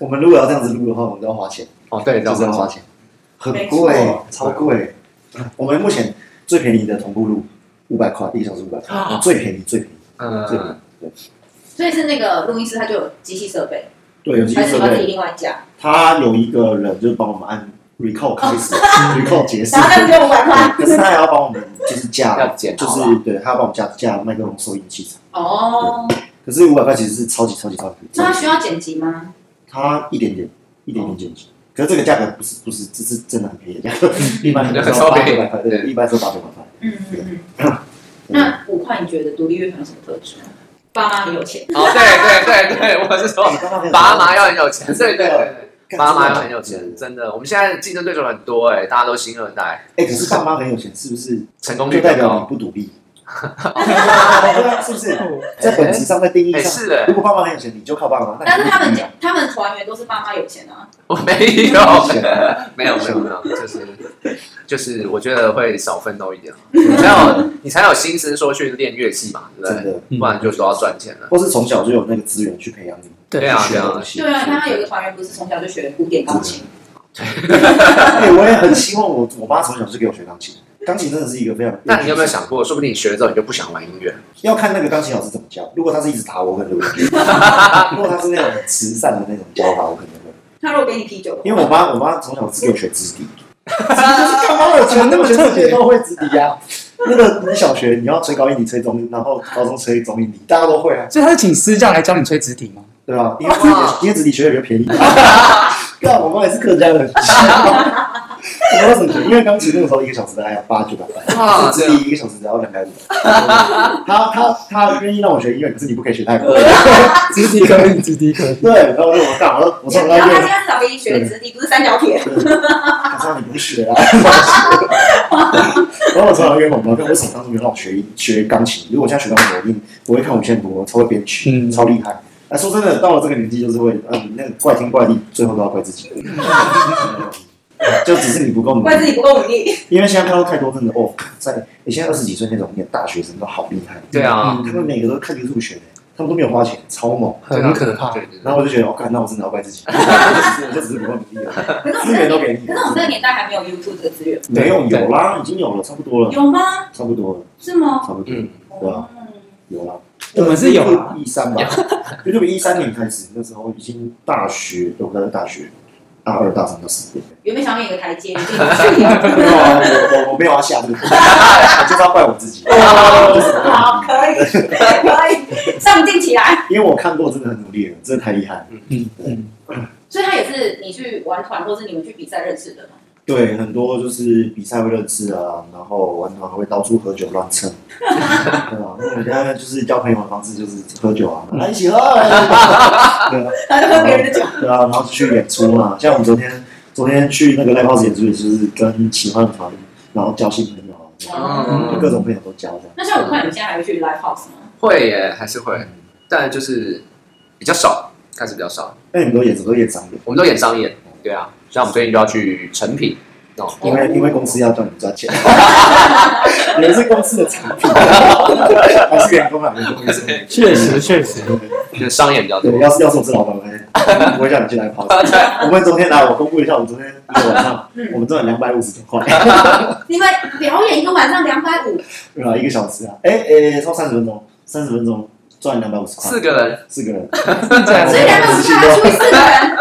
Speaker 3: 我们如果要这样子录的话，我们都要花钱，
Speaker 2: 哦，对，
Speaker 3: 就
Speaker 2: 这
Speaker 3: 是要
Speaker 2: 样
Speaker 3: 花
Speaker 2: 子。
Speaker 3: 钱，很
Speaker 1: 没错
Speaker 3: 贵，超贵。我们目前最便宜的同步录五百块，一个小时五百块，
Speaker 2: 啊
Speaker 3: 最便宜最便宜。最便宜
Speaker 2: 嗯，
Speaker 1: [laughs] 所以是那个录音师他就有机器设备，
Speaker 3: 对，有机
Speaker 1: 还是
Speaker 3: 设
Speaker 1: 你要自己
Speaker 3: 备，
Speaker 1: 另外加？
Speaker 3: 他有一个人就是帮我们按 recall 开
Speaker 1: [laughs]
Speaker 3: 始，recall 结束
Speaker 1: 然。后他们就五百块。
Speaker 3: 可是他也要帮我们就是
Speaker 2: 要
Speaker 3: 架，
Speaker 2: 剪
Speaker 3: 就
Speaker 2: 好
Speaker 3: 是
Speaker 2: 了。
Speaker 3: 对，他要帮我们架架麦克风收音器材。
Speaker 1: 哦，
Speaker 3: 可是五百块其实是超级超级超级
Speaker 1: 那他需要剪辑吗？
Speaker 3: 它一点点一点点减值。可是这个价格不是不是，这是真的很便宜的价 [laughs] 格，一般都是八九百块，对，一般是八九百块。
Speaker 1: 嗯嗯嗯
Speaker 3: 嗯。
Speaker 1: 那五块，你觉得独立乐团有什么特质？爸妈很有钱，
Speaker 2: 哦，对对对对，我是说 [laughs]
Speaker 3: 哎
Speaker 2: 拔麻要很有钱，对对对对，拔麻要很有钱，真的。我们现在竞争对手很多哎，大家都新二代，
Speaker 3: 哎，可是爸妈很有钱，是不是
Speaker 2: 成功率
Speaker 3: 就
Speaker 2: 比
Speaker 3: 代
Speaker 2: 较
Speaker 3: 表你
Speaker 2: 高。
Speaker 3: 不独
Speaker 2: [laughs]
Speaker 3: 立？对啊，是不是？
Speaker 4: 哦
Speaker 3: 在本质上，在定义
Speaker 2: 哎，
Speaker 3: 上，
Speaker 2: 是的 [laughs]
Speaker 3: 如，果爸妈很有钱，你就靠爸妈。
Speaker 1: 但是他们
Speaker 3: 讲，
Speaker 1: 讲，他们团员都是爸妈有钱啊。
Speaker 2: 我没
Speaker 3: [laughs]
Speaker 2: 有， [laughs] 没有没有没有，就是就是，我觉得会少奋斗一点，你才有你才有心思说去练乐器嘛，对不
Speaker 3: 真
Speaker 2: 对？
Speaker 3: 的，
Speaker 4: 嗯
Speaker 2: 不然就说要赚钱了。
Speaker 3: 或是从小就有那个资源去培养你
Speaker 2: 对
Speaker 4: 对
Speaker 2: 啊，
Speaker 3: 学
Speaker 2: 对
Speaker 3: 的
Speaker 2: 啊
Speaker 3: 东，西。
Speaker 1: 对啊，你看他有一个团员不是从小就学古典钢琴，
Speaker 3: 哎，我也很希望我我妈从小就给我学钢琴，钢琴真的是一个非常。
Speaker 2: 那你有没有想过，说不定你学了之后你就不想玩音乐？
Speaker 3: 要看那个钢琴老师怎么教。如果他是一直打我，我可能就
Speaker 2: [laughs]
Speaker 3: 不会如果他是那种很慈善的那种教法，我可能会。
Speaker 1: 他如果给你啤酒的话，
Speaker 3: 因为我妈，我妈从小是给我学直笛，
Speaker 1: 啊
Speaker 3: 干嘛我全
Speaker 4: 那么
Speaker 3: 全
Speaker 4: 特
Speaker 3: 世
Speaker 4: 别
Speaker 3: 界都会直笛啊。那个你小学你要吹高音笛、吹中音，然后高中吹中音笛，大家都会啊，
Speaker 4: 所以他是请私教来教你吹直笛吗？
Speaker 3: 对吧？因为直笛
Speaker 2: 哇
Speaker 3: 因为直笛学的比较便宜。干，我妈也是客家人。我什么钱？因为钢琴那个时候一个小时大概八九百块，
Speaker 2: 啊
Speaker 3: 直笛一个小时只要两百五。她她她愿意让我学音乐，可是你不可以学太快。
Speaker 4: 直笛可以，直笛可以，
Speaker 3: 对，然后我就我干，我说我
Speaker 1: 然
Speaker 3: 上
Speaker 1: 后
Speaker 3: 不到
Speaker 1: 他今，天至少给
Speaker 3: 月
Speaker 1: 你学的直笛，不是三角铁。
Speaker 3: 他说你不学啊， [laughs] 然后我上到月，我妈跟为什么当初没有让我学学钢琴？如果我现在学钢琴，我一定我会看五线谱，我超会编曲，
Speaker 4: 嗯
Speaker 3: 超厉害。哎，说真的，到了这个年纪，就是会，嗯、你那个怪天怪地，最后都要怪自己，就只是你不够努
Speaker 1: 怪
Speaker 3: 力。
Speaker 1: 自己不够努力。
Speaker 3: 因为现在看到太多真的哎哦，在你现在二十几岁那种念大学生都好厉害，
Speaker 2: 对啊，
Speaker 4: 嗯
Speaker 3: 他们每个都看 YouTube 学的，他们都没有花钱，超猛。
Speaker 4: 很可怕。
Speaker 2: 对啊对
Speaker 3: 然
Speaker 2: 对，
Speaker 3: 后我就觉得，我、哦、干，那我真的要怪自
Speaker 2: [laughs]
Speaker 3: 己，我就只是不够努力了，
Speaker 1: 可是我
Speaker 3: 资
Speaker 1: 们
Speaker 3: 源
Speaker 1: 这
Speaker 3: 都
Speaker 1: 个
Speaker 3: 给
Speaker 1: 年，
Speaker 3: 你
Speaker 1: 可是我们这个年代还没有 YouTube 这个资源，
Speaker 3: 没有有啦，已经有了，差不多了，
Speaker 1: 有吗？
Speaker 3: 差不多了，
Speaker 1: 是吗？
Speaker 3: 差不多
Speaker 2: 嗯，
Speaker 3: 嗯对啊
Speaker 1: 嗯
Speaker 3: 有啦。
Speaker 4: 我们是有啊啦
Speaker 3: 一三吧，就就一三年开始，那时候已经大学，我们在大学大二、大三到四年。
Speaker 4: [laughs]
Speaker 1: 有没有想给你个台
Speaker 3: [laughs]
Speaker 1: 阶？好，
Speaker 3: 没有啊，我我我没有要下这个， [laughs] 我就是要怪我自己，就是我不努
Speaker 1: 可以，
Speaker 3: 力
Speaker 1: 可以，上进起来。
Speaker 3: 因为我看过真的很努力了，真的太厉害了。
Speaker 4: 嗯嗯，
Speaker 1: 所以他也是你去玩团，或是你们去比赛认识的吗？
Speaker 3: 对，很多就是比赛会认识啊，然后玩团会到处喝酒乱蹭， [laughs] 对啊，那我们现在就是交朋友的方式就是喝酒啊，来一起喝，来一起喝对啊，
Speaker 1: 他就喝别人的酒，
Speaker 3: 对啊，然后就去演出嘛。像我们昨天昨天去那个 live house 演出，也就是跟喜欢的团，然后交新朋友啊，这样
Speaker 2: 嗯
Speaker 3: 各种朋友都交这样。
Speaker 1: 那像我看你们现在还会去 live house 吗？
Speaker 2: 会耶，还是会，但就是比较少，开始比较少。
Speaker 3: 那你们都演什么都演商业，
Speaker 2: 我们都演商演，对啊，像我们最近就要去成品，哦，
Speaker 3: 因为因为公司要赚你们赚
Speaker 1: [laughs]
Speaker 3: 钱，你们是公司的产品，还是员工啊？员工
Speaker 4: 确
Speaker 2: 嗯
Speaker 4: 实确
Speaker 2: [laughs]
Speaker 4: 实，
Speaker 2: 就是商演比较多
Speaker 3: 对，。要是要是我是老板，我会我会叫你进来
Speaker 1: [laughs]
Speaker 3: 跑。我们昨天啊来，我公布一下，我们昨天一个晚上
Speaker 1: 嗯，
Speaker 3: 我们赚了两百五十多块，
Speaker 1: 你们表演一个晚上两百五，
Speaker 3: 对吧？一个小时啊，哎哎，超三十分钟，三十分钟赚两百五十块，
Speaker 2: 四个人，
Speaker 3: 四个人，
Speaker 1: 所以两百五十块还出去四个
Speaker 3: [laughs]
Speaker 1: 人，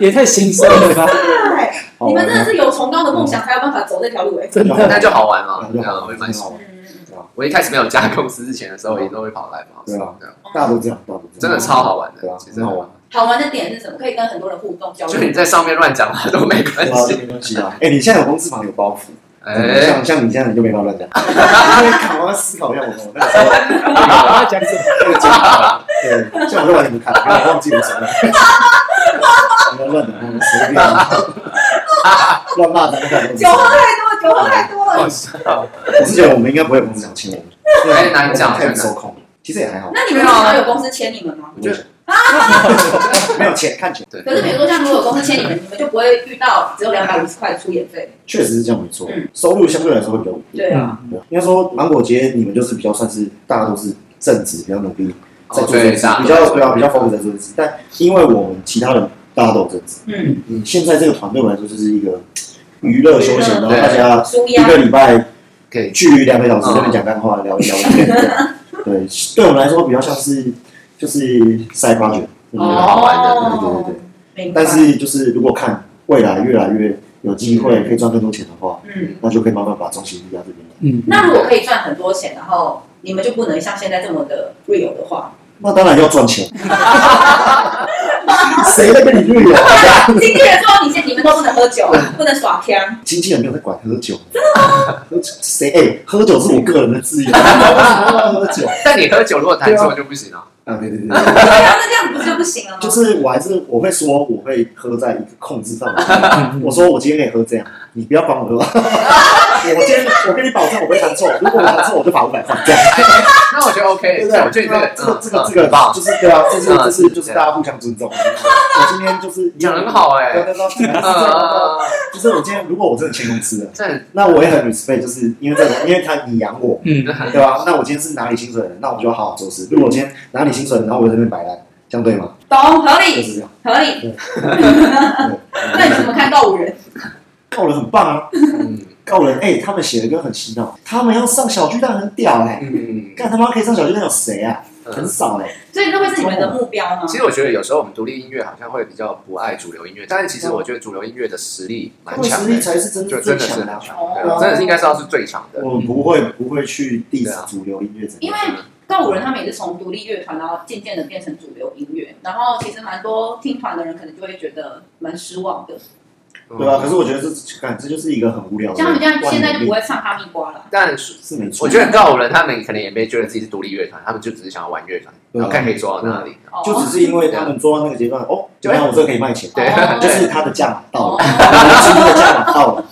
Speaker 4: 也太心酸了
Speaker 2: [laughs]
Speaker 4: 吧！
Speaker 1: 对，
Speaker 3: 好
Speaker 1: 你
Speaker 3: 玩
Speaker 1: 们真的
Speaker 3: 吗
Speaker 1: 是有崇高的梦想才有办法走这条路哎。
Speaker 4: 真
Speaker 3: 好玩
Speaker 4: 的，
Speaker 2: 那就好玩嘛，
Speaker 3: 对
Speaker 2: 对
Speaker 3: 啊
Speaker 2: 啊，我也蛮喜欢。
Speaker 3: 好玩，
Speaker 1: 嗯，
Speaker 2: 我一开始没有加公司之前的时候，也都会跑来跑去，
Speaker 3: 对啊
Speaker 2: 对啊
Speaker 3: 大家都这样，大家都这
Speaker 2: 真
Speaker 3: 样
Speaker 2: 的超好玩
Speaker 3: 对啊
Speaker 2: 的，其实很好玩。
Speaker 1: 嗯好玩的点是什么？可以跟很多人互动交
Speaker 2: 就是你
Speaker 1: 流。
Speaker 2: 在上面乱讲话都没关
Speaker 3: 对啊，这
Speaker 2: 系，
Speaker 3: 没关系啊。哎，你现在有公司房有包袱，
Speaker 2: 哎，
Speaker 3: 像像你这样你就没办法乱
Speaker 2: [laughs]
Speaker 3: 讲，因为考官思考一下我我那个时候
Speaker 4: 我要讲什么？
Speaker 3: 那个监考，对，像我都完全不看，我忘记我什么，不要乱讲，随便乱骂脏话都不
Speaker 1: 酒
Speaker 3: 行。
Speaker 1: 喝太多，酒喝太多了。
Speaker 3: 哦
Speaker 2: 好笑
Speaker 3: 我是觉得我们应该不会有公司想签我们，
Speaker 2: 哎难讲
Speaker 3: 太不受控了。其实也还好，
Speaker 1: 那你们至少有公司签你们吗？
Speaker 3: 我觉得 [laughs] 没有钱看钱，
Speaker 2: 对
Speaker 1: 可，是比如说像如果有公司签你们，你们就不会遇到只有两百五十块出演费。
Speaker 3: 确实是这样没错
Speaker 1: 嗯，
Speaker 3: 收入相对来说会比较稳定。
Speaker 1: 对啊，
Speaker 3: 对应该说芒果街你们就是比较算是大家都是正职，比较努力在做
Speaker 2: 哦
Speaker 3: 这
Speaker 2: 对，
Speaker 3: 件事，
Speaker 2: 大
Speaker 3: 比较对啊，比较 focus 在做这件事。但因为我们其他人大家都有正职，
Speaker 1: 嗯，
Speaker 3: 嗯，现在这个团队来说就是一个娱乐休闲，然后
Speaker 2: 对嗯
Speaker 3: 大家
Speaker 1: 嗯输
Speaker 3: 一
Speaker 1: 压
Speaker 3: 个礼拜
Speaker 2: 可以
Speaker 3: 聚两个小时在那边讲干话，聊一聊天这
Speaker 2: [laughs]
Speaker 3: 样。对，对我们来说比较像是就是塞发掘，对不对
Speaker 2: 哦好玩的
Speaker 3: 对对对对
Speaker 1: 明白
Speaker 3: 但是就是如果看未来越来越有机会可以赚更多钱的话，
Speaker 1: 嗯，
Speaker 3: 那就可以慢慢把重心力到这边来。
Speaker 4: 嗯，
Speaker 1: 那如果可以赚很多钱，然后你们就不能像现在这么的 real 的
Speaker 3: [laughs]
Speaker 1: 话，
Speaker 3: 那当然要赚钱，谁在跟你绿啊？
Speaker 1: 经纪人说你现你们都不能喝酒，不能耍枪，
Speaker 3: 经纪人没有在管喝酒，真的吗？谁？哎、喝酒是我个人的自由，我为什么要喝酒？
Speaker 2: 但你喝酒如果弹错就不行了，
Speaker 3: 啊，对对对对，
Speaker 1: 对啊，那这样不就不行了吗？
Speaker 3: 就是我还是我会说我会喝在一个控制范围。
Speaker 4: 嗯
Speaker 3: 我说我今天可以喝这样，你不要帮我喝。我今天我跟你保证我不会弹错，如果我弹错我就罚五百块，这样
Speaker 2: 那我觉得
Speaker 3: 对
Speaker 2: OK，
Speaker 3: 不对？
Speaker 2: 我觉
Speaker 3: 这
Speaker 2: 得
Speaker 3: 个这
Speaker 2: 这
Speaker 3: 个
Speaker 2: 个
Speaker 3: 这个
Speaker 2: 嗯棒，
Speaker 3: 就是对啊，这是
Speaker 2: 嗯
Speaker 3: 这是
Speaker 2: 嗯
Speaker 3: 就是大家互相尊重。我今天就是
Speaker 2: [laughs] 讲得很，好
Speaker 3: 对
Speaker 2: 哎，
Speaker 3: 对对对
Speaker 2: 呃，
Speaker 3: 就是我今天如果我真的签公司了。
Speaker 2: 这
Speaker 3: 那我也很 respect，就是因为这种，因为他你养我，
Speaker 4: 嗯，
Speaker 3: 对吧？那我今天是拿你薪水的人，那我就要好好做事。如果我今天拿你薪水，然后我在那边摆烂，这样对吗？
Speaker 1: 懂，合
Speaker 3: 就
Speaker 1: 理
Speaker 3: 是这样。
Speaker 1: 合理。
Speaker 3: 对，
Speaker 1: [laughs] 那你怎么看告五人？
Speaker 3: 告人很棒啊，
Speaker 2: 嗯
Speaker 3: 告人哎、他们写的歌很洗脑，他们要上小巨蛋很屌哎、
Speaker 2: 嗯，
Speaker 3: 干他妈可以上小巨蛋有谁啊？很少哎、
Speaker 1: 所以这会是你们的目标吗？
Speaker 2: 其实我觉得有时候我们独立音乐好像会比较不爱主流音乐，但是其实我觉得主流音乐的实力
Speaker 3: 他
Speaker 2: 蛮
Speaker 3: 们
Speaker 2: 强
Speaker 3: 实力
Speaker 2: 的，
Speaker 3: 才是真
Speaker 2: 就
Speaker 3: 正
Speaker 2: 真
Speaker 3: 最
Speaker 2: 的是
Speaker 3: 强
Speaker 2: 很
Speaker 3: 的啊。
Speaker 2: 强，
Speaker 1: 哦
Speaker 2: 真的是应该是要是最强的。啊
Speaker 3: 我们不会不会去 diss 主流音乐这
Speaker 1: 因为告五人他们也是从独立乐团，然后渐渐的变成主流音乐，然后其实蛮多听团的人可能就会觉得蛮失望的，
Speaker 3: 对啊吧、
Speaker 2: 嗯
Speaker 3: 可是我觉得这感这就是一个很无聊的
Speaker 1: 像他
Speaker 3: 万
Speaker 1: 们这
Speaker 3: 能力，
Speaker 1: 样现在就不会唱哈密瓜了。
Speaker 2: 但是
Speaker 3: 是没错。
Speaker 2: 我觉得告五人他们可能也没觉得自己是独立乐团，他们就只是想要玩乐团，
Speaker 3: 对
Speaker 2: 然
Speaker 3: 啊
Speaker 2: 后看可以做到哪里。
Speaker 1: 哦
Speaker 3: 就只是因为他们做到那个阶段，哦，
Speaker 2: 对
Speaker 3: 原来我这个可以卖钱，
Speaker 2: 对
Speaker 1: 哦
Speaker 3: 就是他的价码到了，
Speaker 1: 哦
Speaker 3: 今天的价码到了。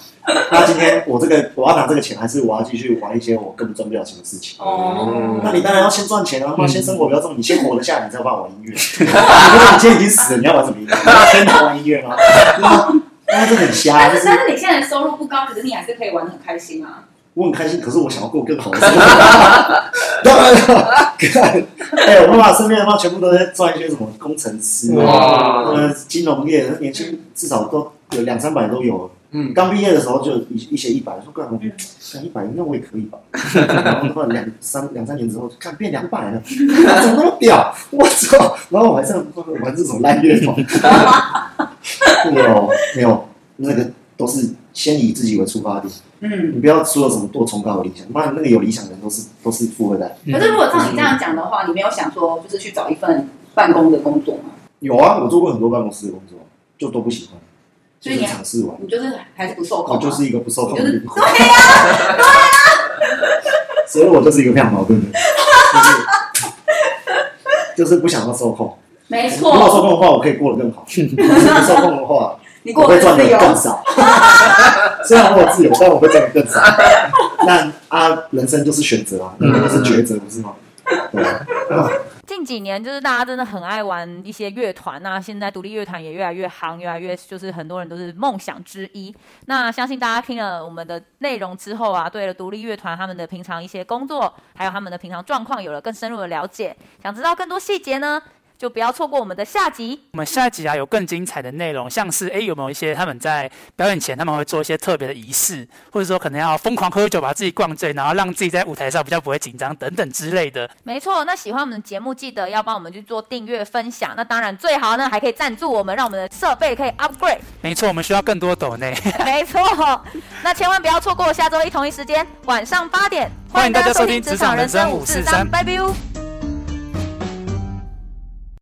Speaker 3: 那今天我这个我要拿这个钱，还是我要继续玩一些我根本赚不了钱的事情？嗯
Speaker 1: 哦，
Speaker 3: 那你当然要先赚钱啊！他妈
Speaker 4: 嗯
Speaker 3: 先生活比较重要，你先活得下，你才有办法玩音乐。你
Speaker 2: 嗯
Speaker 3: 说 [laughs] 你今天已经死了，你要玩什么音乐？你要天堂玩音乐吗？ [laughs] 对啊那这很瞎，
Speaker 1: 但
Speaker 3: 就是是
Speaker 1: 但是你现在收入不高，可是你还是可以玩得很开心啊。
Speaker 3: 我很开心，可是我想要过更好的生活。 [laughs] 当然了，看，哎，我爸爸身边的话，全部都在赚一些什么工程师、
Speaker 2: 哇
Speaker 3: 呃，金融业，年轻至少都有两三百都有。
Speaker 2: 嗯，
Speaker 3: 刚毕业的时候就有一一些一百，说干我干一百应该我也可以吧。然后突然两三两三年之后，看变两百了，怎么那么屌？我操！然后我还在玩这种烂乐团，没有没有，那个都是先以自己为出发点，
Speaker 5: 嗯。
Speaker 3: 你不要说有什么多崇高的理想，妈的那个有理想的人都是都是富二代。
Speaker 5: 可
Speaker 2: 嗯
Speaker 5: 是如果照你这样讲的话，你没有想说就是去找一份办公的工作吗？
Speaker 3: 有啊，我做过很多办公室的工作，就都不喜欢，
Speaker 5: 所
Speaker 3: 就
Speaker 5: 以
Speaker 3: 是
Speaker 5: 你
Speaker 3: 尝试玩。
Speaker 5: 你就是还是不受控
Speaker 3: 我
Speaker 5: 吗？
Speaker 3: 就是一个不受控的
Speaker 5: 就是
Speaker 3: 人，对呀、对呀、所以我就是一个非常矛盾的人， [laughs] 就是就是不想要受控。
Speaker 5: 没
Speaker 3: 如果受
Speaker 5: 错，
Speaker 3: 控的话，我可以过得更好；如果不受控的话，
Speaker 5: 你
Speaker 3: 我
Speaker 5: 过
Speaker 3: 会
Speaker 5: 得
Speaker 3: 赚
Speaker 5: 自
Speaker 3: 的
Speaker 5: 由，
Speaker 3: 更少。虽然我有自由，但我会赚的更少。那啊，人生就是选择啊，那就是抉择，不是吗？对啊。
Speaker 5: 近几年就是大家真的很爱玩一些乐团那现在独立乐团也越来越夯，越来越就是很多人都是梦想之一。那相信大家听了我们的内容之后啊，对了独立乐团他们的平常一些工作，还有他们的平常状况有了更深入的了解。想知道更多细节呢，就不要错过我们的下集。
Speaker 4: 我们下一集啊有更精彩的内容，像是诶有没有一些他们在表演前他们会做一些特别的仪式，或者说可能要疯狂喝酒把自己灌醉，然后让自己在舞台上比较不会紧张等等之类的。
Speaker 5: 没错，那喜欢我们的节目，记得要帮我们去做订阅、分享。那当然最好呢，还可以赞助我们，让我们的设备可以
Speaker 4: [laughs]
Speaker 5: upgrade。
Speaker 4: 没错，我们需要更多抖内，
Speaker 5: 没错，那千万不要错过下周一同一时间晚上八点，
Speaker 4: 欢迎大家收听
Speaker 5: 职场
Speaker 4: 职场人生
Speaker 5: 五四三，
Speaker 4: 543
Speaker 5: 拜拜。